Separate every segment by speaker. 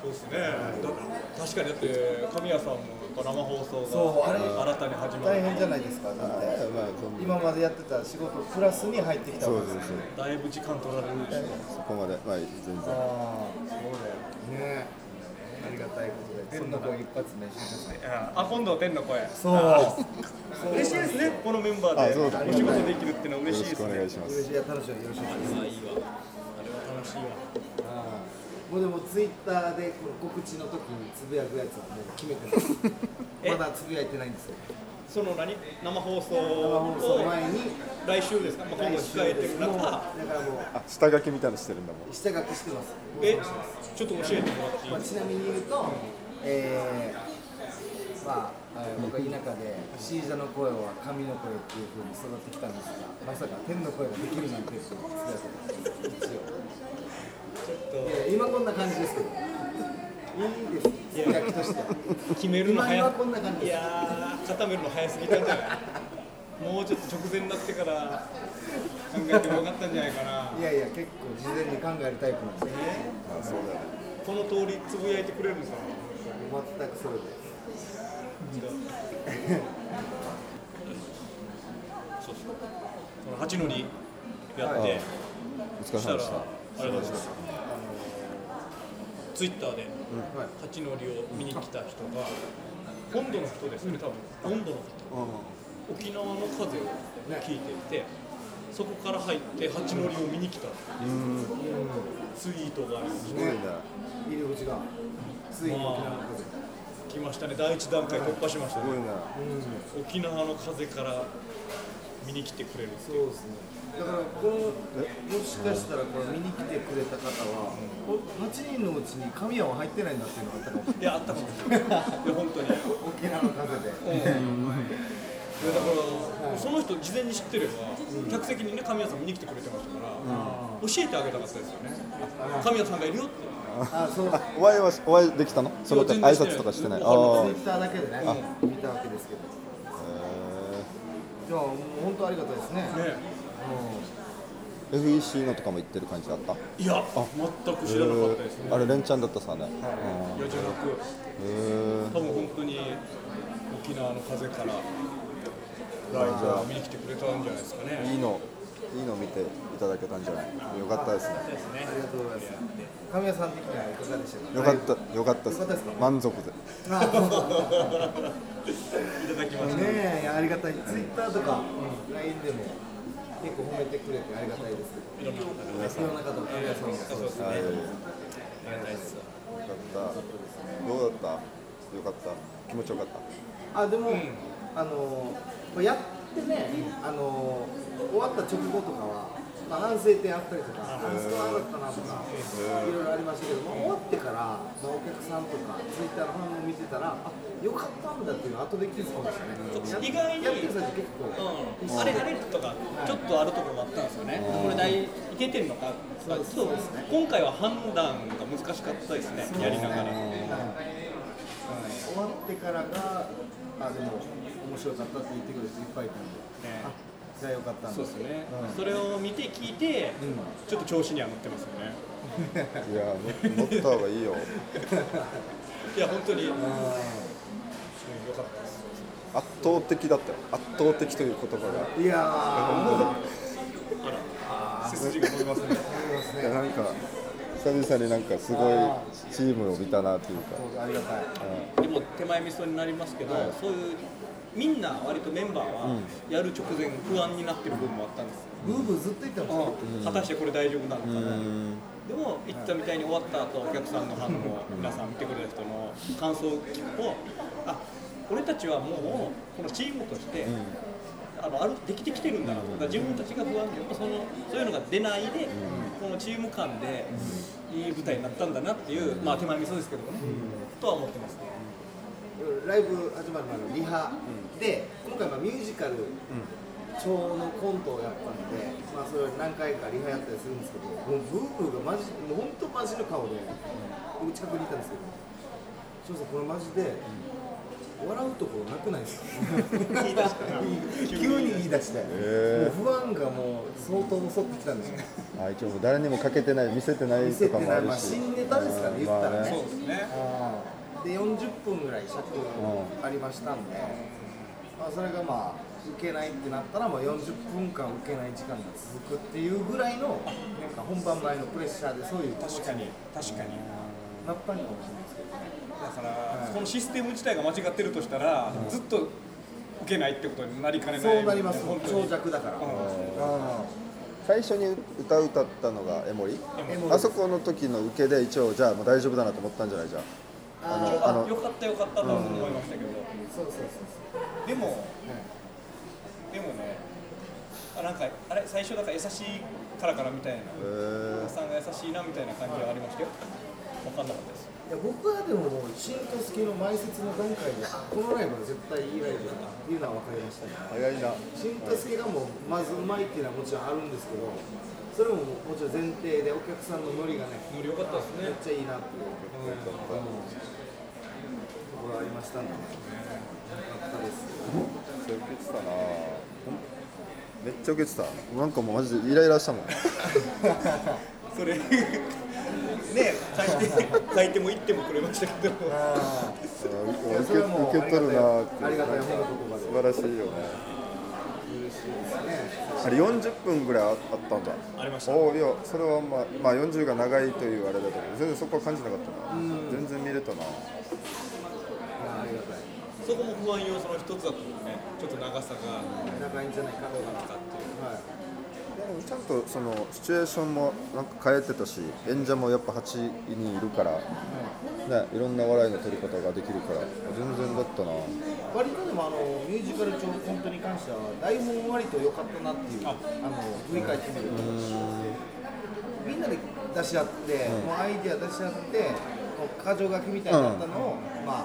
Speaker 1: そうですね、だ確かにだって神谷さんもドラマ放
Speaker 2: そう
Speaker 1: 送
Speaker 2: あれ
Speaker 1: が新たに始ま
Speaker 2: 大
Speaker 1: る
Speaker 2: 変じゃないですかだって
Speaker 3: まあそんな
Speaker 2: 今までやってた仕事プラスに入ってきた
Speaker 3: そ
Speaker 2: わ
Speaker 3: う
Speaker 2: け
Speaker 3: そう
Speaker 2: です
Speaker 3: そう
Speaker 1: だいぶ時間取られるでしょ
Speaker 3: そこまでまあ全然
Speaker 2: ああそうだよねありがたいことでそんな声一発目して
Speaker 1: あ今度は天の声
Speaker 2: そう
Speaker 1: 嬉しいですねこのメンバ
Speaker 3: あそう
Speaker 1: ー
Speaker 3: だ
Speaker 1: でお仕事できるっていうのは嬉しいで
Speaker 3: よろし
Speaker 1: す
Speaker 3: くお
Speaker 1: ね
Speaker 3: 願いします
Speaker 2: 嬉しいいや楽しいよろしいです
Speaker 1: あいいわあれは楽しいわ
Speaker 2: あーもうでもツイッターでこの告知の時につぶやくやつはもう決めて
Speaker 1: え
Speaker 2: ますまだつぶやいてないんですよ
Speaker 1: その何生放送
Speaker 2: 生放送
Speaker 1: を
Speaker 2: 前に
Speaker 1: 来週ですか、まあ、今度
Speaker 2: 来週
Speaker 1: 控えて
Speaker 2: です
Speaker 1: る
Speaker 2: もうだ
Speaker 1: 中
Speaker 2: からも
Speaker 3: あ下書きみたいなのしてるんだも
Speaker 2: う
Speaker 3: ん
Speaker 2: 下書きしてます
Speaker 1: えちょっと教えてもらっていい
Speaker 2: まあ、ちなみに言うと、えーまあ、えー僕は田舎で、シージャの声は神の声っていうふうに育ってきたんですが、まさか天の声ができるなんてっていう一応いや今こんな感じですけど、いいです、つぶやきとして。
Speaker 1: 決めるの
Speaker 2: 今
Speaker 1: 早
Speaker 2: はこんな感じ
Speaker 1: い
Speaker 2: です。
Speaker 1: やー固めるの早すぎたんじゃ ないもうちょっと直前になってから考えてもよかったんじゃないかない
Speaker 2: やいや、結構事前に考えるタイプなんですね。
Speaker 3: あそうだよね
Speaker 1: この通りつぶやいてくれるんですか
Speaker 2: 全くそれです。
Speaker 1: そうそうこの八のにやって、
Speaker 3: はいお疲
Speaker 1: そしたら
Speaker 3: れ様でした
Speaker 1: あれですツイッターで
Speaker 2: はい
Speaker 1: 八のりを見に来た人が本土の人ですね多分本土の人沖縄の風を聞いていてそこから入って八のりを見に来た
Speaker 3: うんす
Speaker 1: ツイートがありまし
Speaker 3: ごいな
Speaker 2: 入り口が、ついに沖縄の風。
Speaker 1: て来ましたね第一段階突破しました
Speaker 3: すごい
Speaker 1: ね
Speaker 3: な
Speaker 1: 沖縄の風から見に来てくれる
Speaker 2: そうですね。だからこのもしかしたらこれ見に来てくれた方は、八人のうちに神谷は入ってないんだっていうのがあったかもしれな
Speaker 1: い
Speaker 2: い
Speaker 1: やあったかもしれないいや本当に
Speaker 2: 沖縄の風で。
Speaker 1: いやだから、その人事前に知ってれば、客席にね神谷さん見に来てくれてましたから、教えてあげたかったですよね神谷さんがいるよって
Speaker 2: あ、そう。ツ
Speaker 3: お会いはしお会いできたのその
Speaker 1: 全
Speaker 3: 挨
Speaker 1: 然してない
Speaker 3: 拶とかしてない
Speaker 1: うん
Speaker 3: ああ
Speaker 2: イッターだけでね、見たわけですけど。いや、もう本当ありがたいですね。
Speaker 1: ね
Speaker 3: FEC のとかも行ってる感じだった
Speaker 1: いや全く知らなかったですね、
Speaker 3: あれ連チャンだったさ
Speaker 1: い
Speaker 3: ね
Speaker 1: やじゃなく
Speaker 3: へ
Speaker 1: 多分本当に沖縄の風からライブを見に来てくれたんじゃないですか
Speaker 3: えい
Speaker 1: ね
Speaker 3: いのいいの見ていただけたんじゃないよかったですね
Speaker 1: ですね
Speaker 2: ありがとうございます。神谷さん的にはいかがでしたか。
Speaker 3: よかったよかったで
Speaker 2: よ
Speaker 3: す
Speaker 2: かったですか
Speaker 3: 満足で
Speaker 2: あそう
Speaker 1: いただきました、
Speaker 2: ねえ、いやありがたい。ツイッターとか、LINE でも結構褒めてくれてありがたいですけ
Speaker 1: いろんな方が
Speaker 2: ど。いろんな方、神谷さんも。
Speaker 1: そうですね
Speaker 3: はいよ
Speaker 1: ありがたいです
Speaker 3: かったどうだったよかった気持ちよかった
Speaker 2: あでも、あのまあやってね、あの終わった直後とかは、まあ、反省点あったりとか、あの人はああだったなとか、いろいろありましたけど、まあ、終わってから、まあ、お客さんとか、ツイッターの反応見てたら、あよかったんだっていうの、後で気づくんです
Speaker 1: そう
Speaker 2: よね。
Speaker 1: 意外に
Speaker 2: やってる最中、結構、
Speaker 1: うん、あれあれとか、ちょっとあるところがあったんですよね、これ大、いけてるのか、そう今回は判断が難しかったですね、やりながら。
Speaker 2: 終わってからが、あでも、面白かったって言ってくれる人いっぱいいたんで、
Speaker 1: ね
Speaker 2: あじゃあよかったんだ
Speaker 1: そうですね、それを見て聞いて、ちょっと調子には乗ってますよね。
Speaker 3: いやー乗乗った方がいいよ
Speaker 1: いや、本当に、よかったです。
Speaker 3: 圧倒的だったよ圧倒的という言葉が
Speaker 2: いやー、もう、
Speaker 1: あら、背筋が伸びますね。
Speaker 2: 思います
Speaker 3: いや
Speaker 2: ね。
Speaker 3: なんか久々になんかすごいチームを見たなというか
Speaker 2: ありがたい。
Speaker 1: でも手前味噌になりますけど、そういうみんな割とメンバーはやる直前不安になってる部分もあったんですよ、
Speaker 2: ブーブーずっと言ってましたよ。
Speaker 1: 果たしてこれ大丈夫なのかな、でも言ったみたいに終わった後お客さんの反応皆さん見てくれた人の感想を聞くとあ俺たちはもうこのチームとして、あのあるできてきてるんだなと、だから自分たちが不安でもそのそういうのが出ないで、このチーム間でいい舞台になったんだなっていう、まあ手前味噌ですけどもね、とは思ってますね。
Speaker 2: ライブ始まる前のリハで、今回まあミュージカル調のコントをやったので、まあそれを何回かリハやったりするんですけど、もうブーブーがマジ、もう本当マジの顔で、僕近くにいたんですけど、翔さんこれマジで、笑うところなくないですか
Speaker 1: 言い出したな
Speaker 2: 急に言い出して、
Speaker 3: へー
Speaker 2: もう不安がもう相当襲ってきたんですよ
Speaker 3: あ一応もう誰にもかけてない見せてない
Speaker 2: 見せ
Speaker 3: とか
Speaker 2: て
Speaker 3: も
Speaker 2: な
Speaker 3: あ
Speaker 2: い、ま
Speaker 3: る
Speaker 2: あ、
Speaker 3: し
Speaker 2: 新ネタですからね、言ったらね。
Speaker 1: そうですね
Speaker 2: うんで、40分ぐらい尺ありましたんで、まあ、それがまあ、受けないってなったら、まあ、40分間受けない時間が続くっていうぐらいの、なんか本番前のプレッシャーで、そういう気持ち
Speaker 1: 確かに確かに
Speaker 2: なったんかもしれないですけどね。
Speaker 1: だからこのシステム自体が間違ってるとしたらずっと受けないってことになりかねない
Speaker 2: そうなります、
Speaker 1: 本当に
Speaker 2: 長尺だから。う
Speaker 3: 最初に歌歌ったのが江森
Speaker 2: んでも
Speaker 3: あそこの時の受けで一応じゃあもう大丈夫だなと思ったんじゃないじゃああのあ
Speaker 1: あ
Speaker 3: の
Speaker 1: よかったよかったと思いましたけど
Speaker 2: そうそうそうそう。
Speaker 1: でも
Speaker 2: はい
Speaker 1: でもねあなんかあれ最初なんか優しいからからみたいな
Speaker 3: え
Speaker 1: お
Speaker 3: ー
Speaker 1: 客さんが優しいなみたいな感じはありましたよ分かんなかったです
Speaker 2: いや僕はでももう新都式の前説の段階であこのライブは絶対いいライブだなっていうのは分かりましたね
Speaker 3: 早い
Speaker 2: 新
Speaker 3: な
Speaker 2: 都式がもうまずうまいっていうのはもちろんあるんですけどそれももちろん前提でお客さんのノリがね
Speaker 1: ノリ良かったですね
Speaker 2: めっちゃいいなっていうところありましたんでねよかったです
Speaker 3: めっちゃ受けてたなめっちゃ受けてたなんかもうマジでイライラし たもん
Speaker 1: それね 書いて書いても言ってもくれましたけど
Speaker 2: あ
Speaker 3: あ
Speaker 2: いや
Speaker 3: 受
Speaker 2: そ
Speaker 3: け
Speaker 2: れはもう
Speaker 3: 受け取るなーって
Speaker 2: ありがたいありがたいほんま
Speaker 3: 素晴らしいよね
Speaker 2: あ嬉しいですね
Speaker 3: あれ40分ぐらいあったんだ
Speaker 1: ありました
Speaker 3: おおいやそれはまあ、まあ、40が長いというあれだけど全然そこは感じなかったな全然見れたな
Speaker 2: あありがたい
Speaker 1: そこも不安要素の一つだと思うねちょっと長さが
Speaker 2: 仲いいんじゃないかと
Speaker 1: なん
Speaker 2: か
Speaker 1: かっていう
Speaker 2: はい
Speaker 3: でもちゃんとそのシチュエーションもなんか変えてたし演者もやっぱ8人いるから、ね、いろんな笑いの取り方ができるから全然だったな
Speaker 2: 割とでもあのミュージカル調コントに関しては台本割と良かったなっていうあの振り返ってみるとみんなで出し合って、もうアイデア出し合ってもう箇条書きみたいになったのを、まあ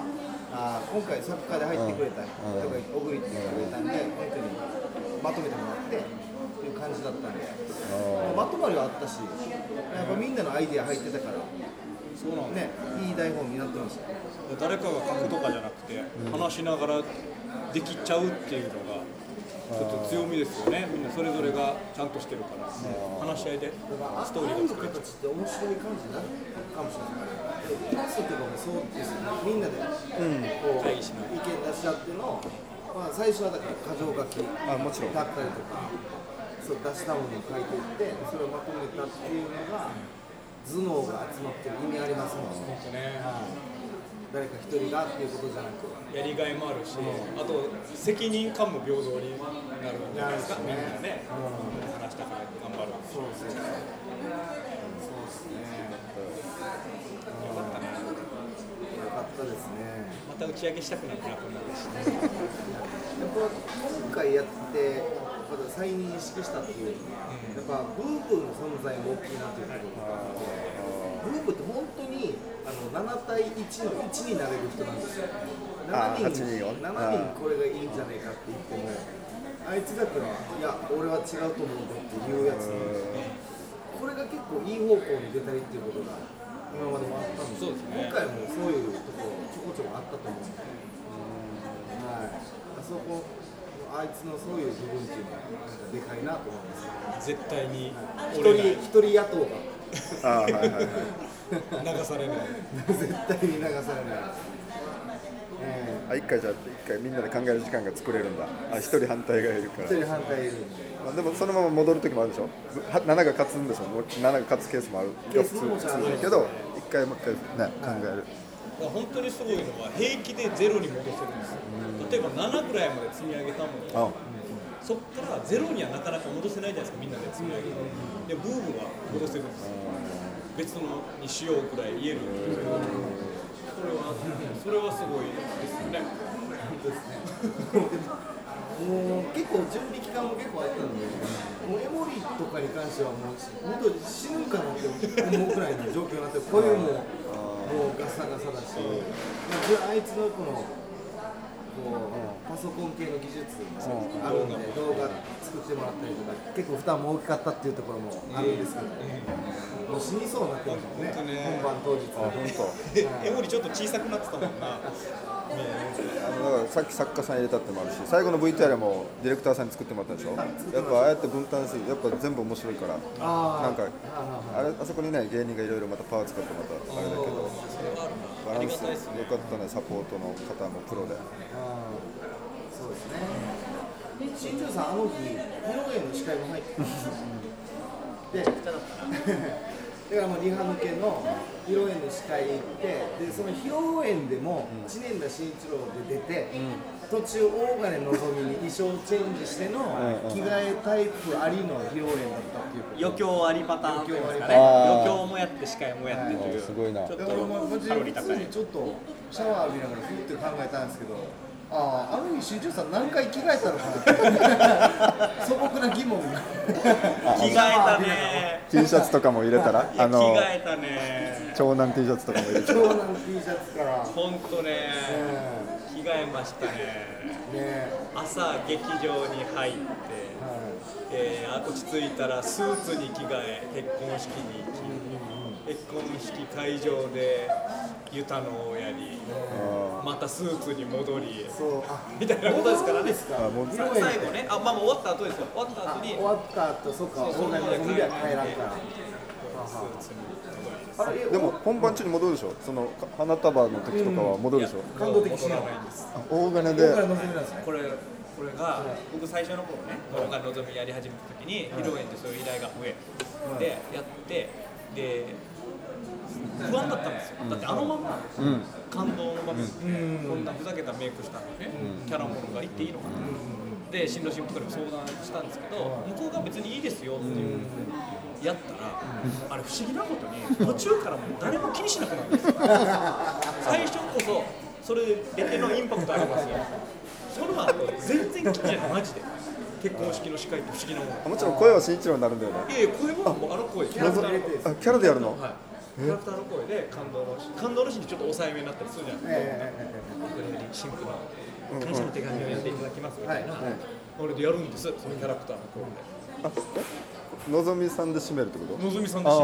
Speaker 2: あー今回作家で入ってくれた人が小栗って言ってくれたんで本当にまとめてもらってっていう感じだったんでまとまりはあったしやっぱみんなのアイデア入ってたから
Speaker 1: そうなんだ、
Speaker 2: ねいい台本になってましたね
Speaker 1: 誰かが書くとかじゃなくて、話しながらできちゃうっていうのがちょっと強みですよねみんなそれぞれがちゃんとしてるから、話し合いで
Speaker 2: ア
Speaker 1: ス
Speaker 2: ス
Speaker 1: ト
Speaker 2: ト
Speaker 1: ー
Speaker 2: ー
Speaker 1: リ
Speaker 2: リ
Speaker 1: ー
Speaker 2: ー
Speaker 1: が
Speaker 2: の
Speaker 1: 作れちゃう
Speaker 2: 形って面白い感じになるかもしれない。で、ピクとかもそうですよね。みんなで、こう
Speaker 1: 会
Speaker 2: 意
Speaker 1: 議
Speaker 2: 見出
Speaker 1: し
Speaker 2: し
Speaker 1: なが
Speaker 2: 合っての、まあ最初はだから箇条書き
Speaker 3: あもちろん
Speaker 2: だったりとか、そう出したものを書いていって、それをまとめたっていうのが頭脳が集まってる意味ありますもんね。
Speaker 1: ね
Speaker 2: 誰か一人がっていうことじゃなく、
Speaker 1: やりがいもあるし、あと責任感も平等になるんじゃないですか、
Speaker 2: なるし
Speaker 1: みん
Speaker 2: ね
Speaker 1: なね、話したから頑張る
Speaker 2: そうそうそう。そう
Speaker 1: よかったね
Speaker 2: ですね。よかったですね。
Speaker 1: また打ち上げしたくなるなこんなことして
Speaker 2: やっぱ今回やって、まだ再認識したっていうのは、やっぱブーブーの存在が大きいなというところがあって、ブーブーって本当にあの7対1の1になれる人なんですよ。7
Speaker 3: あー
Speaker 2: 人
Speaker 3: 八人を
Speaker 2: 7人これがいいんじゃないかって言っても、あいつだから、いや、俺は違うと思うんだっていうやつなんですよこれが結構いい方向に出たりっていうことが今までもあったんですけ
Speaker 1: そう
Speaker 2: ど
Speaker 1: ですね
Speaker 2: 今回もそういうところちょこちょこあったと思うんで、はい、あそこあいつのそういう部分っていうのはなんかでかいなと思います
Speaker 1: 絶対に
Speaker 2: 一
Speaker 1: 俺
Speaker 2: 人一人野党が
Speaker 3: ああはいはいはい
Speaker 1: が流されない
Speaker 2: 絶対に流されない、え
Speaker 3: あ一回じゃあ一回みんなで考える時間が作れるんだあ一人反対がいる
Speaker 2: え
Speaker 3: から
Speaker 2: 一人反対いるんで
Speaker 3: まあでもそのまま戻る時もあるでしょ7が勝つんでしょもう7が勝つケースもある
Speaker 2: ケ
Speaker 3: よ
Speaker 2: ー
Speaker 3: 普
Speaker 2: ス
Speaker 3: 通
Speaker 2: も
Speaker 3: 普通だけど一回もう一回ね考える
Speaker 1: 本当にすごいのは平気でゼロに戻せるんですよ例えば7ぐらいまで積み上げたのに
Speaker 3: あ
Speaker 1: そこからゼロにはなかなか戻せないじゃないですかみんなで積み上げてでブームは戻せるんですよ別のにしようくらい言えるんですよそれはそれはすごいですよね
Speaker 2: もう結構準備期間も結構あったんで、もうエモリーとかに関してはもう本当に死ぬかなって思うくらいの状況になって、声ももうガサガサだし、まあ、あいつのこのこうパソコン系の技術もあるんで、動画作ってもらったりとか、結構負担も大きかったっていうところもあるんですけど、もう死にそうになってました
Speaker 1: 本
Speaker 2: もんね、
Speaker 1: 当ね
Speaker 2: 本番当日は。
Speaker 3: 本当
Speaker 1: でエモリちょっと小さくなってたもんな
Speaker 3: あのだからさっき作家さん入れたってのもあるし最後の VTR もディレクターさんに作ってもらったでしょやっぱああやって分担するやっぱ全部面白いから
Speaker 2: あー
Speaker 3: なんかあれあそこにね芸人がいろいろまたパワー使ってまたあれだけどバランス良かったねサポートの方もプロで
Speaker 2: そうですね。で、新庄さん、あの日、披露宴の司会も入ってたんですよ。で、だからもうリハ向けの披露宴の司会行って、で、その披露宴でも、知念田慎一郎で出て、途中、大金のぞみに衣装チェンジしての
Speaker 3: うん
Speaker 2: 着替えタイプありの披露宴だったっていう
Speaker 1: 余
Speaker 2: こと
Speaker 1: 興ありパターンっていうんですかね
Speaker 3: 余興ありパターン
Speaker 1: 余興もやって司会もやってという
Speaker 3: あーすごいな
Speaker 1: ちょっ
Speaker 2: だからまあ
Speaker 1: と
Speaker 2: 自
Speaker 1: カロ
Speaker 2: 分
Speaker 1: リー
Speaker 2: 普
Speaker 1: 高
Speaker 2: 通に
Speaker 1: い
Speaker 2: ちょっとシャワー浴びながらふって考えたんですけどああある意味新庄さん何回着替えたのかなって 素朴な疑問が
Speaker 1: 着替えたね
Speaker 3: T シャツとかも入れたら
Speaker 1: いや
Speaker 3: あ
Speaker 1: 着
Speaker 3: の
Speaker 1: 替えたね
Speaker 3: 長男 T シャツとかも入れて
Speaker 2: 長男 T シャツからね
Speaker 1: ほんとね
Speaker 2: え
Speaker 1: 着替えましたね
Speaker 2: ねえ
Speaker 1: 朝劇場に入って
Speaker 2: はい
Speaker 1: えー、あ落ち着いたらスーツに着替え結婚式に行き結婚式会場でユタのをやりまたスーツに戻り
Speaker 2: そうあ
Speaker 1: みたいなことですからね
Speaker 3: あもう
Speaker 1: さ最後ねあまあもう終わった後ですよ終わった
Speaker 2: あ
Speaker 1: 後に
Speaker 2: 終わった後そっか
Speaker 1: そうそう
Speaker 2: 大金の海では帰らんから
Speaker 1: スーツに戻り
Speaker 2: あれ
Speaker 3: でも本番中に戻るでしょそのか花束の時とかは戻るでしょ
Speaker 2: 感動的シーン
Speaker 1: もう戻らないんです
Speaker 3: あ大金
Speaker 2: 大金
Speaker 3: で
Speaker 2: のぞみなんですね
Speaker 1: これこれが僕最初の頃ね「岡野望み」やり始めた時に披露宴でそういう依頼が増えでやってで不安だったんですよだってあのまま
Speaker 3: うん
Speaker 1: 感動の場面でこんなふざけたメイクしたのにねキャラものが行っていいのかなで新郎新婦とかにも相談したんですけど向こうが別にいいですよっていうやったらあれ不思議なことに途中からもう誰も気にしなくなるん ですよ最初こそそれ出てのインパクトありますよその後全然気にしないマジで結婚式の司会って不思議なもの
Speaker 3: あもちろん声は慎一郎になるんだよね
Speaker 1: いやいやこれはもうあの声キャ
Speaker 3: あ
Speaker 1: ラクターの声
Speaker 3: キャラでやるの
Speaker 1: はい、キャラクターの声で感動のシーン感動のシーンにちょっと抑えめになったりするじゃないです
Speaker 2: えええええ
Speaker 1: か、僕にシンプルな感謝の手紙をやっていただきますみたいな、
Speaker 2: はいはい
Speaker 1: 俺でやるんです、そのキャラクターの声
Speaker 3: あえのぞみさんで締めるってこと
Speaker 1: で、のぞみさんでし
Speaker 3: あ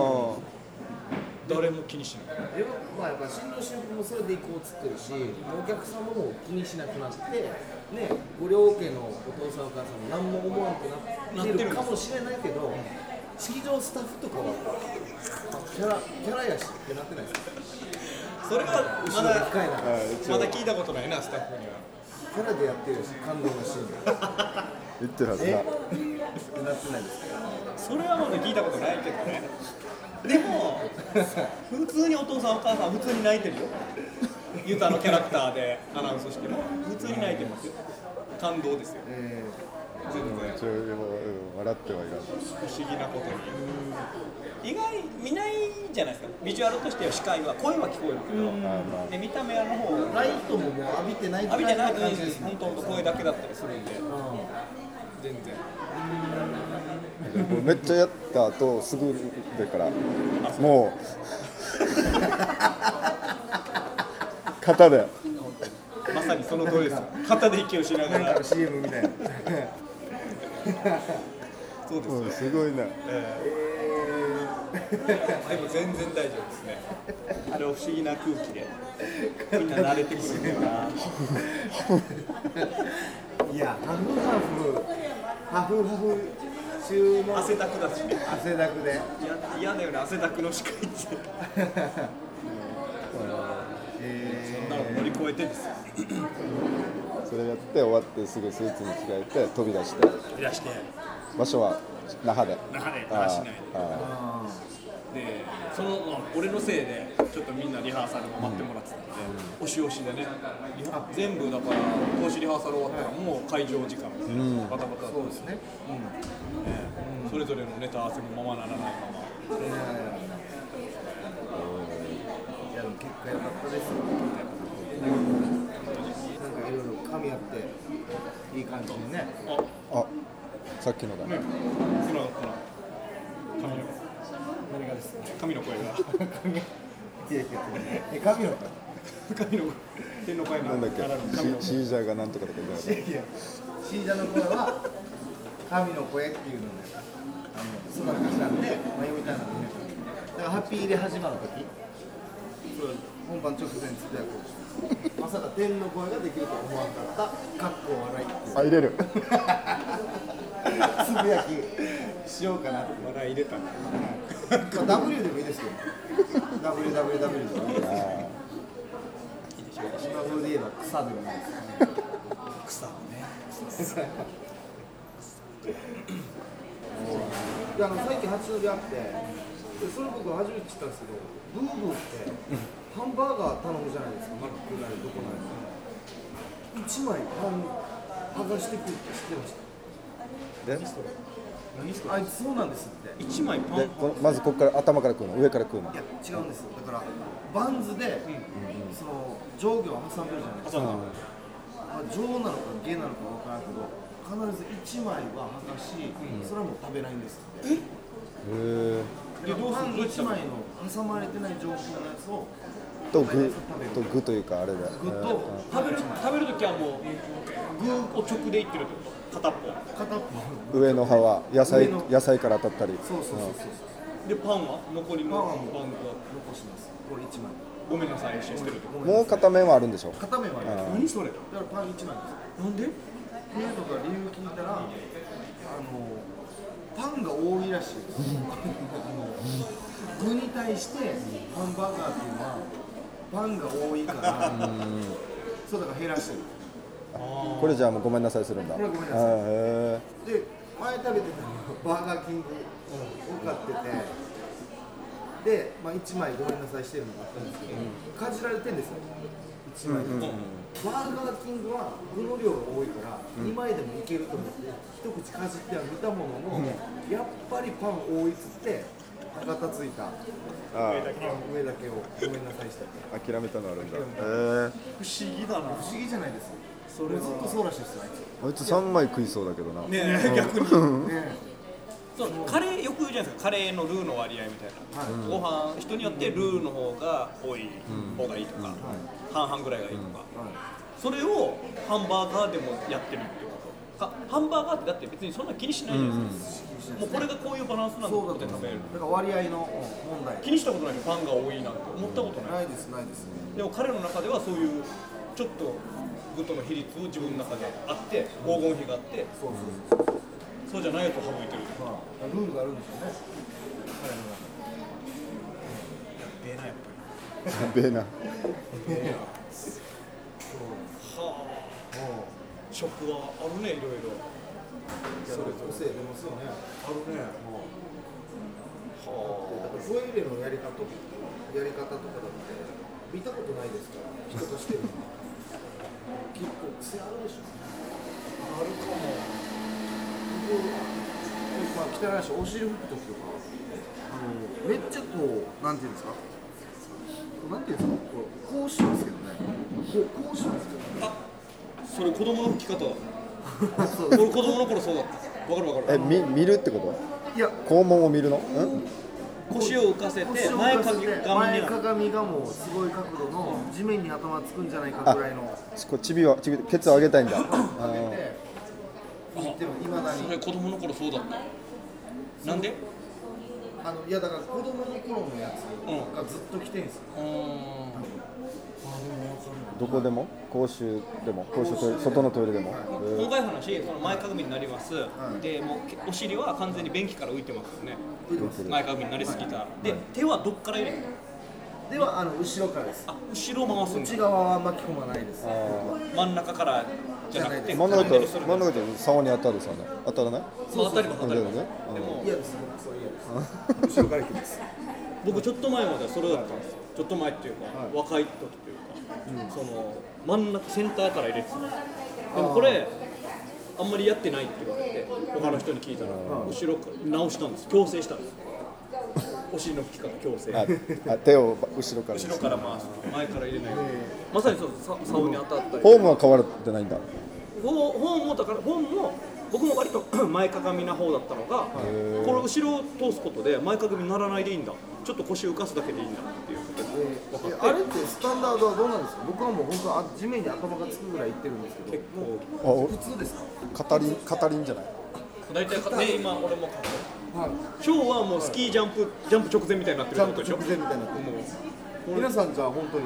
Speaker 1: 誰も気にしない、
Speaker 2: えでもまあやっぱ新郎新婦もそれで行こうっつってるしお客さんももう気にしなくなってねご両家のお父さんお母さんも何も思わなくなってるかもしれないけど式場スタッフとかはあキャラキャラやしってなってないですか
Speaker 1: それはま
Speaker 2: 後ろで控えながら
Speaker 3: あはい一
Speaker 1: だま
Speaker 3: 応
Speaker 1: だ聞いたことないな、スタッフには。
Speaker 2: キャラでやってるし感動のシーンで
Speaker 3: 言ってるは
Speaker 2: え
Speaker 3: ずだ
Speaker 2: ってなってないですか
Speaker 1: それはまだ聞いたことないけどね、でも、普通にお父さん、お母さん、普通に泣いてるよ、ユタのキャラクターでアナウンスしても、普通に泣いてますよ、感動ですよ、
Speaker 2: え
Speaker 1: 全然。
Speaker 3: 一応うん笑ってはいらん
Speaker 1: 不思議なことに意外見ないじゃないですかビジュアルとしては視界は声は聞こえるけど、
Speaker 3: あま
Speaker 1: で見た目はの方
Speaker 2: ー
Speaker 1: が
Speaker 2: ライトももう浴びてない
Speaker 1: 浴びてない感じ
Speaker 2: じ
Speaker 1: です
Speaker 2: ね
Speaker 1: 本当本当声だけだったりするんで
Speaker 2: うん
Speaker 1: 全然
Speaker 3: あもうめっちゃやった後すぐだからもう肩で
Speaker 1: まさにその通りですよ肩で息をしなが
Speaker 2: なん
Speaker 1: ら
Speaker 2: か CM みたいな
Speaker 1: そうですよ、
Speaker 3: うんすごいな
Speaker 1: えーでも全然大丈夫ですねあれは不思議な空気 でみんな慣れてくるから
Speaker 2: いや、ハフハフ、ハフハフ中の
Speaker 1: 汗だくだしね
Speaker 2: 汗だく
Speaker 1: い
Speaker 2: で、
Speaker 1: や嫌だよね汗だくの視界 ってそんなの乗り越えてですよ
Speaker 3: それやって終わってすぐスーツに着替えて飛び出して
Speaker 1: いらして
Speaker 3: 場所は那覇で
Speaker 1: 那覇で
Speaker 3: あ
Speaker 1: 那覇市内
Speaker 3: あ
Speaker 1: でその、まあ俺のせいでちょっとみんなリハーサルも待ってもらってたんで、押し押しでねリハ全部だから投資リハーサル終わったらもう会場時間みたいな、バタバタそうですね、それぞれのネタ合わせもままならないまま
Speaker 2: いやいやいやでも結果良かったですよ。なんかいろいろ噛み合って、いい感じにね。
Speaker 1: あ
Speaker 3: あさっきのだ
Speaker 1: ねつながったな神の
Speaker 2: 何がですか。
Speaker 1: 神の声が
Speaker 2: いやいやえ、神の
Speaker 1: 神の声天の声
Speaker 3: なんだっけ
Speaker 1: ならぬ神の
Speaker 3: シシージャーがなんとかとか言ってなかった
Speaker 2: 声。いやいや、シージャの声は神の声っていうので、あのそんな感じなんで、まあ読みたいなのね。だからハッピーで始まる時、
Speaker 1: そう
Speaker 2: 本番直前につぶやくことです。まさか天の声ができると思わなかった、かっこ笑いっていう
Speaker 3: あ入れる
Speaker 2: つぶやきしようかなって。
Speaker 1: 笑い入れたね
Speaker 2: まあ、W でもいいですけど、WWW でもいいですけど、
Speaker 1: いいでしょう
Speaker 2: 今風で言えば草でもないです。
Speaker 1: 草をね
Speaker 2: であの最近初売りあって、でそれ僕初めて知ったんですけど、ブーブーってハンバーガー頼むじゃないですか、マックなりどこなりで。1枚パン剥がしてくるって知ってました。
Speaker 3: で
Speaker 2: あいつそうなんですって。
Speaker 1: 一枚パン
Speaker 3: でこのまずここから頭から食うの上から食うの
Speaker 2: いや違うんですよだからバンズで、その上下を挟んでるじゃないです
Speaker 1: 挟ん
Speaker 2: か、
Speaker 1: でる
Speaker 2: あ上なのか下なのかわからんけど必ず1枚は剥がし、それはもう食べないんですってえ
Speaker 3: へえ
Speaker 1: でどうす
Speaker 2: パ
Speaker 1: る
Speaker 2: ン
Speaker 1: どうやって食
Speaker 2: 1
Speaker 1: べ
Speaker 2: 枚の挟まれてない状況のやつを
Speaker 3: と具と具というかあれで
Speaker 2: グッと
Speaker 1: 食べる食べる時はもうグーを直でいってるってこと片っぽ
Speaker 2: 片っぽ
Speaker 3: えー上の葉は野菜
Speaker 2: 上の
Speaker 3: 野菜から当たったり
Speaker 2: そうそうそうそう
Speaker 1: でパンは残りの
Speaker 2: パンは
Speaker 1: パンが
Speaker 2: もう残しますこれ1枚
Speaker 1: ごめんなさいしてると
Speaker 2: ごめん
Speaker 3: も
Speaker 2: な
Speaker 3: う
Speaker 2: さい
Speaker 3: 片面はあるんでしょ
Speaker 2: 片面はあります
Speaker 1: 何それ
Speaker 2: だからパン1枚です
Speaker 1: なんで
Speaker 2: っていうのが理由聞いたらあのパンが多いらしいですあの具に対してハンバーガーっていうのはパンが多いからそうだから減らしてる
Speaker 3: これじゃあもうごめんなさいするんだ
Speaker 2: これごめんなさい
Speaker 3: あーへ
Speaker 2: で前食べてたのがバーガーキングを買っててで、まあ、1枚ごめんなさいしてるのがあったんですけど、かじられてんですよ1枚で、バーガーキングは具の量が多いから2枚でもいけると思って一口かじっては見たものの、やっぱりパン多いっつって博多ついた
Speaker 3: ーあー
Speaker 2: 上だけをごめんなさいしたって
Speaker 3: 諦めたのあるんだへ
Speaker 1: 不思議だな
Speaker 2: 不思議じゃないです
Speaker 1: そ
Speaker 2: 俺ずっとそうらしいですよあいつ
Speaker 3: えあいつ3枚食いそうだけどな
Speaker 1: ねえ逆に
Speaker 2: ね
Speaker 1: そうカレーよく言うじゃないですかカレーのルーの割合みたいな、ご飯人によってルーの方が多い方がいいとか、半々ぐらいがいいとか、それをハンバーガーでもやってるってことかハンバーガーってだって別にそんな気にしないじゃないですか、もうこれがこういうバランスなんだ
Speaker 2: そうだ
Speaker 1: っ
Speaker 2: と
Speaker 1: て
Speaker 2: 思うん
Speaker 1: 食べ
Speaker 2: です
Speaker 1: る
Speaker 2: よだから割合の問題
Speaker 1: 気にしたことないでパンが多いなんて思ったことない、
Speaker 2: ないですないです
Speaker 1: でも彼の中ではそういうちょっと具との比率を自分の中であって黄金比があって
Speaker 2: そうそうそう
Speaker 1: そうじゃないやつを省いてる
Speaker 2: まあ、ルールがあるんですよね。
Speaker 1: 出ないやっぱ
Speaker 3: やべえな
Speaker 1: りはあ食はあるねいろいろ
Speaker 2: それ個性出ますよね。だ
Speaker 1: あるねは
Speaker 2: からトイレのやり方とやり方とかだって見たことないですから、人としても。結構癖あるでしょ。あるかも。まあ汚い話お尻拭く時とか、あのめっちゃこうなんていうんですか。なんていうんですか。こうこうしますけどね。こうこうしますけどね。
Speaker 1: あそれ子供の吹き方だ
Speaker 2: そう
Speaker 1: 俺子供の頃そうだったわかるわか
Speaker 3: え
Speaker 1: る
Speaker 3: み見るってこ
Speaker 2: いや。
Speaker 3: と肛門を見るのん
Speaker 1: 腰を浮かせて
Speaker 2: 腰を
Speaker 1: 前
Speaker 2: 浮か
Speaker 1: か
Speaker 2: せ
Speaker 1: み
Speaker 2: て
Speaker 1: 顔に
Speaker 2: 前
Speaker 1: な
Speaker 2: か
Speaker 1: る
Speaker 2: がみがもうすごい角度の地面に頭つくんじゃないかぐらいの
Speaker 3: ちこちびはちびケツを上げたいんだ
Speaker 2: 上げ
Speaker 3: あ
Speaker 2: て行ってもいまだ
Speaker 1: そ
Speaker 2: に
Speaker 1: れ子供の頃そうだったなんで
Speaker 2: あのいやだから子供の頃のや
Speaker 1: う
Speaker 2: つがずっと着てんすよ
Speaker 1: うーん
Speaker 3: ーどこでも公衆でも公衆トイレ外のトイレでもへ
Speaker 1: 細かい話、その前かがみになります、でもうけお尻は完全に便器から浮いてますよね、前かがみになりすぎた、で手はどっから入れるの
Speaker 2: ではあの後ろからです
Speaker 1: あ後ろを回す
Speaker 2: 内
Speaker 1: んだ、
Speaker 2: 側は巻き込まないです
Speaker 3: えー
Speaker 1: 真ん中からじゃなくて、
Speaker 3: あー真ん中
Speaker 1: 完全
Speaker 3: と
Speaker 1: にする
Speaker 3: 真ん中と竿に当たるさね当たらない
Speaker 1: そう当たります、当たります、
Speaker 3: ね
Speaker 1: でも
Speaker 2: 嫌です僕そう嫌です後ろから来ます
Speaker 1: 僕、ちょっと前まではそれだったんですよ、ちょっと前っていうか、若い時というか、その真ん中、センターから入れてたんですよでもこれ、あんまりやってないって言われて、他の人に聞いたら、後ろから直したんです、矯正したんです、お尻の拭き方、矯正。
Speaker 3: ああ手を後ろから
Speaker 1: 後ろから回す前から入れないまさにそうさ竿に当たったり
Speaker 3: フォームは変わってないんだ
Speaker 1: フォーフォームもだからフォームも僕も割と 前かがみな方だったのがこれ後ろを通すことで前かがみにならないでいいんだちょっと腰浮かすだけでいいんだっていうこと
Speaker 2: え
Speaker 1: が分
Speaker 2: あ
Speaker 1: かっ
Speaker 2: れってスタンダードはどうなんですか僕はもう本当あ地面に頭がつくぐらい行ってるんですけ
Speaker 1: て
Speaker 2: ど
Speaker 1: 結構
Speaker 3: あお
Speaker 2: 普通ですか
Speaker 3: 語り語りんじゃない
Speaker 1: 大体かね今俺もか
Speaker 2: はい
Speaker 1: 今日はもうスキージャンプジャンプ直前みたいになってる
Speaker 2: ジ
Speaker 1: って
Speaker 2: ャン
Speaker 1: こと
Speaker 2: プ
Speaker 1: でしょ
Speaker 2: 直前みたいになってる
Speaker 1: もう
Speaker 2: 皆さんじゃあ本当に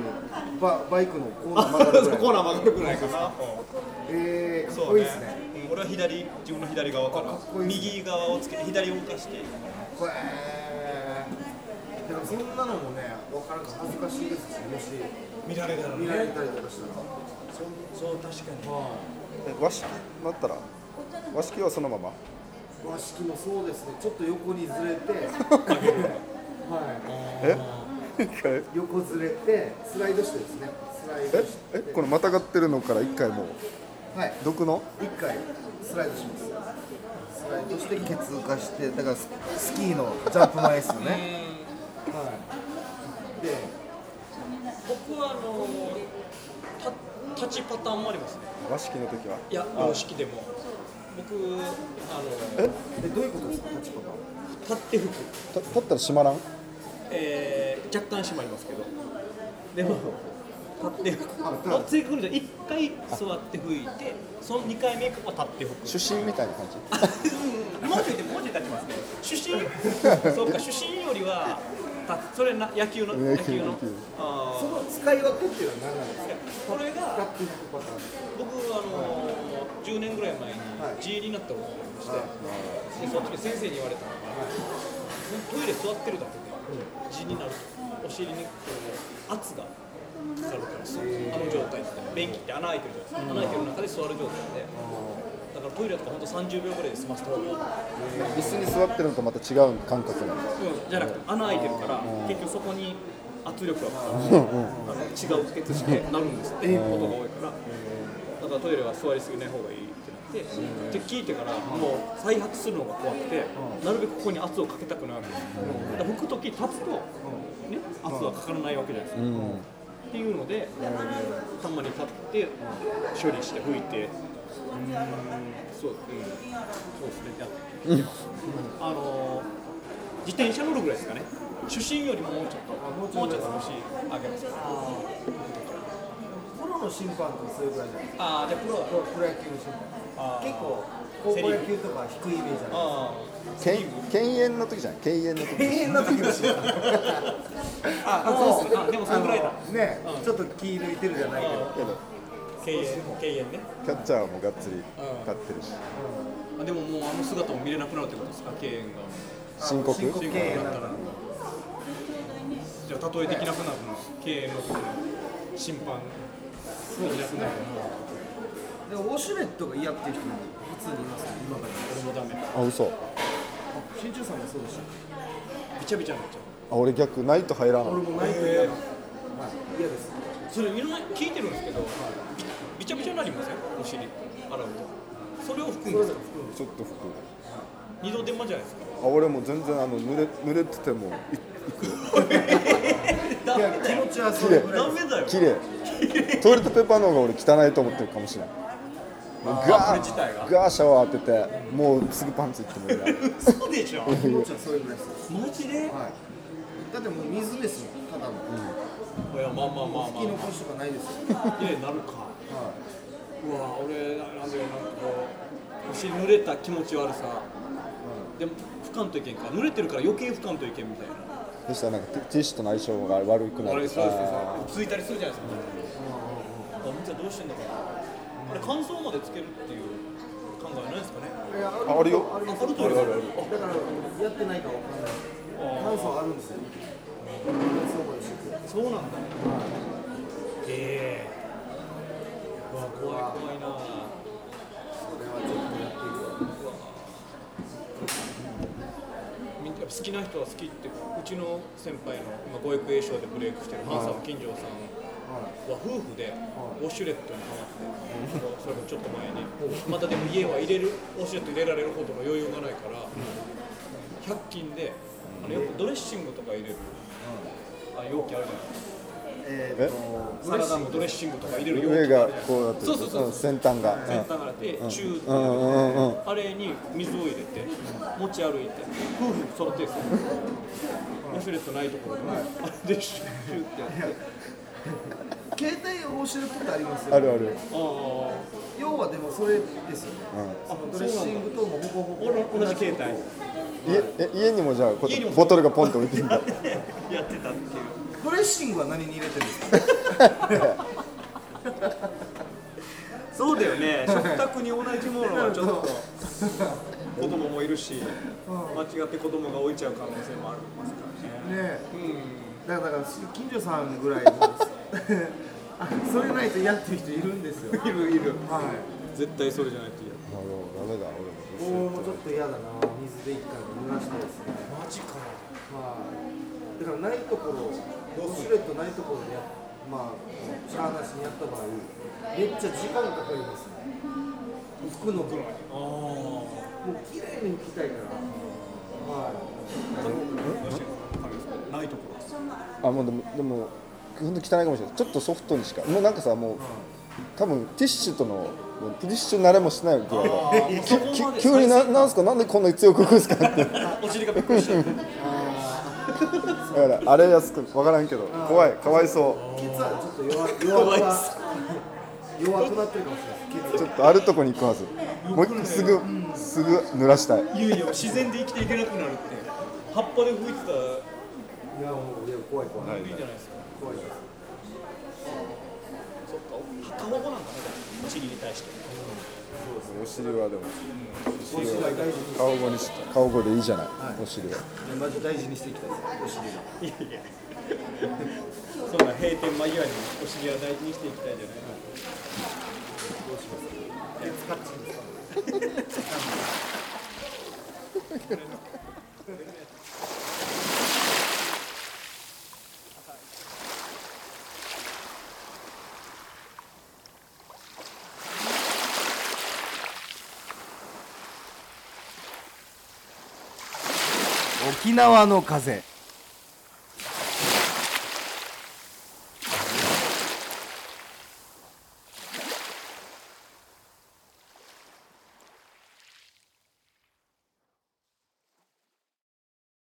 Speaker 2: ババイクのコーナー曲がるぐらい
Speaker 1: コーナー曲がるくらいかな。
Speaker 2: えー、かっ
Speaker 1: そ
Speaker 2: こ
Speaker 1: う
Speaker 2: いい
Speaker 1: ね
Speaker 2: ですね。
Speaker 1: うん俺は左、自分の左側か
Speaker 2: かっ
Speaker 1: ら
Speaker 2: こいいっすね
Speaker 1: 右側をつけて左を動かして。
Speaker 2: これでもそんなのもね分からんから恥ずかしいですしもし
Speaker 1: 見られたら
Speaker 2: 見られ
Speaker 1: ね。
Speaker 2: たりとかしたら
Speaker 1: そう確かに。
Speaker 3: え和式だったら和式はそのまま
Speaker 2: 和式もそうですねちょっと横にずれては
Speaker 3: え え
Speaker 2: い横ずれてスライドしてですねスライドして
Speaker 3: えこのまたがってるのから一回もう
Speaker 2: はい
Speaker 3: 毒の
Speaker 2: 一回スライドしますスライドしてケツ浮かしてだからススキーのジャンプ前ですよねはいで
Speaker 1: 僕はあのた立ちパターンもありますね。
Speaker 3: 和式の時はい
Speaker 1: や、様式でも。僕、あの、
Speaker 2: えどういうことですか立ちパ
Speaker 1: 立って吹く。
Speaker 3: た立ったら閉まらん
Speaker 1: えー、若干閉まりますけど。でも。立って吹く。
Speaker 2: あ
Speaker 1: 立って吹くんじゃない、一回座って吹いて、その二回目以降は立って吹く。
Speaker 3: 出身みたいな感じ
Speaker 1: うんもうちょいでもうちょい立ちますね。 主審、そうか、主審よりは、たそれな野球の
Speaker 3: 野
Speaker 1: 野
Speaker 3: 球
Speaker 1: 球の
Speaker 3: 野球。
Speaker 1: あ
Speaker 2: その使い分けっていうのは何なんですか
Speaker 1: ーいやこれ
Speaker 2: 使
Speaker 1: が
Speaker 2: っていくパターンです
Speaker 1: 僕あの10年ぐらい前に
Speaker 2: はい
Speaker 1: G になったことがありまして、
Speaker 2: はい
Speaker 1: でその時に先生に言われたのが、トイレ座ってるだけで G になるとお尻にこう圧がかかるからですよあの状態って便器って穴開いてるじゃないですか、穴開いてる中で座る状態で。だからトイレとか本当30秒ぐらいで済ませた方がいい。
Speaker 3: 椅子に座ってるのとまた違う感覚なん
Speaker 1: う
Speaker 3: だ
Speaker 1: んじゃなくて穴開いてるから結局そこに圧力がかかる血がう血してなるんですってことが多いからだからトイレは座りすぎない方がいいってなってって聞いてからもう再発するのが怖くてなるべくここに圧をかけたくなるんですだから拭く時立つとね圧はかからないわけじゃないですかっていうのでたまに立って処理して拭いてそううんそうですねやってますあのー自転車乗るぐらいですかね主審よりももうちょっともうちょっと腰上げます
Speaker 2: プロの審判とかそういうぐらいじゃないですか
Speaker 1: ああじゃあプロだ
Speaker 2: プロプロ野球の審
Speaker 1: あ
Speaker 2: 判
Speaker 1: ー
Speaker 2: 結構高校野球とか低いイメージある
Speaker 1: あ
Speaker 3: けん犬猿の時じゃない犬猿の時
Speaker 2: 永遠の時の審判
Speaker 1: ーああそうですねあでもそのぐらいだ
Speaker 2: あのね
Speaker 1: うん
Speaker 2: ちょっと気抜いてるじゃないけど
Speaker 3: けど
Speaker 1: 敬遠敬遠ね
Speaker 3: キャッチャーもがっつり立ってるし
Speaker 1: あでももうあの姿も見れなくなるってことですか敬遠が
Speaker 3: 深刻
Speaker 2: 深刻敬遠
Speaker 1: だっ
Speaker 2: だった
Speaker 1: ら
Speaker 2: たら
Speaker 1: じゃあ例えできなくなるの敬遠の時の審判そうですね
Speaker 2: でもウォシュレットが嫌っていう人も普通にいますね今から
Speaker 1: 俺もダメ
Speaker 3: あ嘘
Speaker 2: 新中さんもそうでした
Speaker 1: びちゃびちゃになっちゃう
Speaker 3: あ俺逆ないと入らん
Speaker 2: 俺もないと嫌だはい嫌です
Speaker 1: それみんな聞いてるんですけどびびちゃびちゃになりませんお尻洗うとそれを含むんですか
Speaker 3: ちょっと服
Speaker 1: 二度手間じゃないですか
Speaker 3: あ俺も全然あの濡れ濡れててもい
Speaker 1: ダ
Speaker 2: い
Speaker 1: メ
Speaker 2: や
Speaker 1: だ
Speaker 2: 気
Speaker 1: よ
Speaker 2: 持ちはそれぐらい
Speaker 1: ダメだよ
Speaker 3: 綺麗トイレットペーパーの方が俺汚いと思ってるかもしれない
Speaker 1: こ
Speaker 3: ガ
Speaker 1: れ自体が
Speaker 3: ーガーシャワー当ててもうすぐパンツいってもいいな
Speaker 1: 嘘でしょ
Speaker 2: 気持ちはそれぐらいです
Speaker 1: マジでいや
Speaker 2: はいだってもう水ですよただの
Speaker 1: まあまあまあま
Speaker 2: 吹き残しとかないですよ
Speaker 1: あ綺麗になるかうわ俺なんだよなんかこうお尻濡れた気持ち悪さでも俯瞰といけんか濡れてるから余計俯瞰といけんみたいな
Speaker 3: そしたらなんかテティッシュとの相性が悪くな
Speaker 1: あれ
Speaker 3: る
Speaker 1: そうですね
Speaker 3: あ
Speaker 1: ついたりするじゃないですかあみんなどうしてんだかなあれ乾燥までつけるっていう考えはないですかね
Speaker 2: いや
Speaker 3: あるよ
Speaker 2: ある
Speaker 1: ああるとあるあるあ
Speaker 2: だからやってないかわかんない乾燥あるんですよ乾燥までしてて
Speaker 1: そうなんだねええうわ怖い怖いな
Speaker 2: これはちょっとやっていくわ
Speaker 1: みんなやっぱ好きな人は好きってうちの先輩の今護育栄翔でブレイクしてるハンサム金城さんは夫婦でウォシュレットにハマってそれもちょっと前にまたでも家は入れるウォシュレット入れられるほどの余裕がないから100均であのよくドレッシングとか入れるあ容器あるじゃないですか
Speaker 2: えーっと
Speaker 1: サラダのドレッシングとか入れる容器
Speaker 3: 上
Speaker 1: があ
Speaker 3: が
Speaker 1: るじゃないですか
Speaker 3: こうなってる
Speaker 1: そうそうそう
Speaker 3: うん先端が
Speaker 1: 先端からで中って
Speaker 3: うんうんうんうん
Speaker 1: あれに水を入れて持ち歩いて夫婦揃ってですよウォシュレットないところであれでシュッってやってあ
Speaker 2: 携帯を教えることありますよ
Speaker 3: あるある
Speaker 1: あ
Speaker 2: 要はでもそれですよねそのドレッシングともほぼほぼ
Speaker 1: 俺同じ携帯
Speaker 3: 家え家にもじゃあこうや
Speaker 1: 家に
Speaker 3: って
Speaker 1: も
Speaker 3: ボトルがポンと置いてんだ
Speaker 1: や ってたっていう
Speaker 2: ドレッシングは何に入れてるんですか
Speaker 1: そうだよね 食卓に同じものはちょっと 子供もいるし間違って子供が置いちゃう可能性もありますからね
Speaker 2: ね
Speaker 1: うん
Speaker 2: だからだから近所さんぐらいのあそれないと嫌っていう人いるんですよ
Speaker 1: いるいる
Speaker 2: はい
Speaker 1: 絶対それじゃないと嫌
Speaker 3: なるほどダメだ
Speaker 2: お
Speaker 3: 俺も
Speaker 2: おもうちょっと嫌だな水で一回濡らしてですね
Speaker 1: マジか
Speaker 2: はいだからないところウォシュレットないところでやまあしゃあなしにやった場合めっちゃ時間かかりますね服の分もう
Speaker 1: ああ
Speaker 2: 綺麗に拭きたいからはい
Speaker 1: ないとこ
Speaker 3: あもうでもでも本当汚いかもしれないちょっとソフトにしかもうなんかさもう多分ティッシュとのもうティッシュ慣れもしないぐら
Speaker 1: ろ
Speaker 3: いだ
Speaker 1: あー
Speaker 3: き
Speaker 1: そこまで
Speaker 3: き急にななんすかなんでこんなに強く食うんすかってだか
Speaker 1: お尻がびっくりしちゃう
Speaker 3: らあれやすく分からんけど怖いかわいそ
Speaker 2: ケツはちょっと弱 弱くな弱くなってるかもしれないです
Speaker 3: うちょっとあるとこに行くはずもう一回すぐすぐ濡らしたい
Speaker 1: いやいや自然で生きていけなくなるって葉っぱで吹いてたら
Speaker 2: ケツいやもういや怖い怖
Speaker 1: い
Speaker 2: い、
Speaker 1: いじゃないですか
Speaker 2: 怖いです
Speaker 1: そっか片方なんかねお尻に対して
Speaker 3: お尻はでも
Speaker 2: お尻は大事に
Speaker 3: 顔後にし顔後でいいじゃない、お尻は
Speaker 2: マジ大事にしていきたいですお尻はい
Speaker 1: やいやそんな閉店間際にお尻は大事にしていきたいじゃない
Speaker 2: 沖縄の風